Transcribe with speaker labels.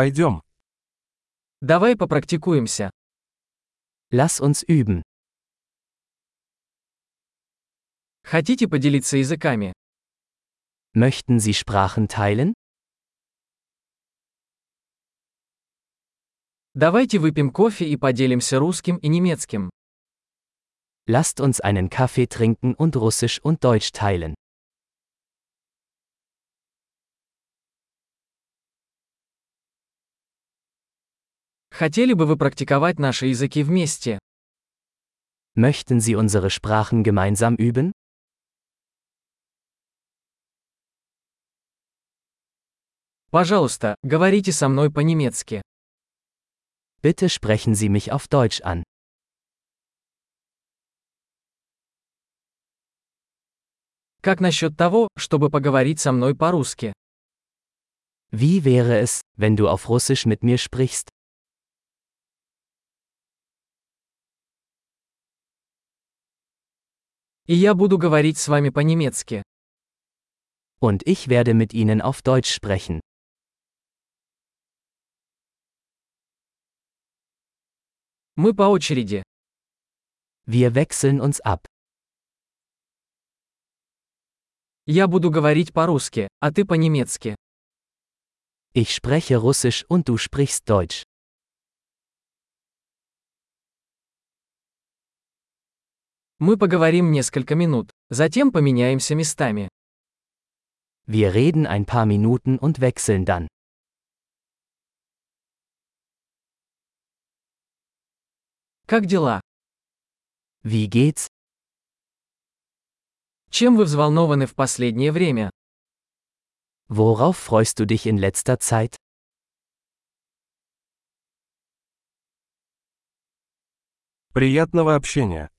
Speaker 1: Пойдем.
Speaker 2: Давай попрактикуемся.
Speaker 3: Lass uns üben.
Speaker 2: Хотите поделиться языками?
Speaker 3: Möchten Sie Sprachen teilen?
Speaker 2: Давайте выпьем кофе и поделимся русским и немецким.
Speaker 3: Lasst uns einen Kaffee trinken und Russisch und Deutsch teilen.
Speaker 2: Хотели бы вы практиковать наши языки вместе?
Speaker 3: Möchten Sie unsere Sprachen gemeinsam üben?
Speaker 2: Пожалуйста, говорите со мной по-немецки.
Speaker 3: Bitte sprechen Sie mich auf Deutsch an.
Speaker 2: Как насчет того, чтобы поговорить со мной по-русски?
Speaker 3: Wie wäre es, wenn du auf Russisch mit mir sprichst?
Speaker 2: И я буду говорить с вами по-немецки.
Speaker 3: Und ich werde mit ihnen auf Deutsch sprechen.
Speaker 2: Мы по очереди.
Speaker 3: Wir wechseln uns ab.
Speaker 2: Я буду говорить по-русски, а ты по-немецки.
Speaker 3: Ich spreche Russisch und du sprichst Deutsch.
Speaker 2: Мы поговорим несколько минут, затем поменяемся местами.
Speaker 3: Wir reden ein paar Minuten und wechseln dann.
Speaker 2: Как дела?
Speaker 3: Wie geht's?
Speaker 2: Чем вы взволнованы в последнее время?
Speaker 3: Worauf freust du dich in letzter Zeit?
Speaker 1: Приятного общения.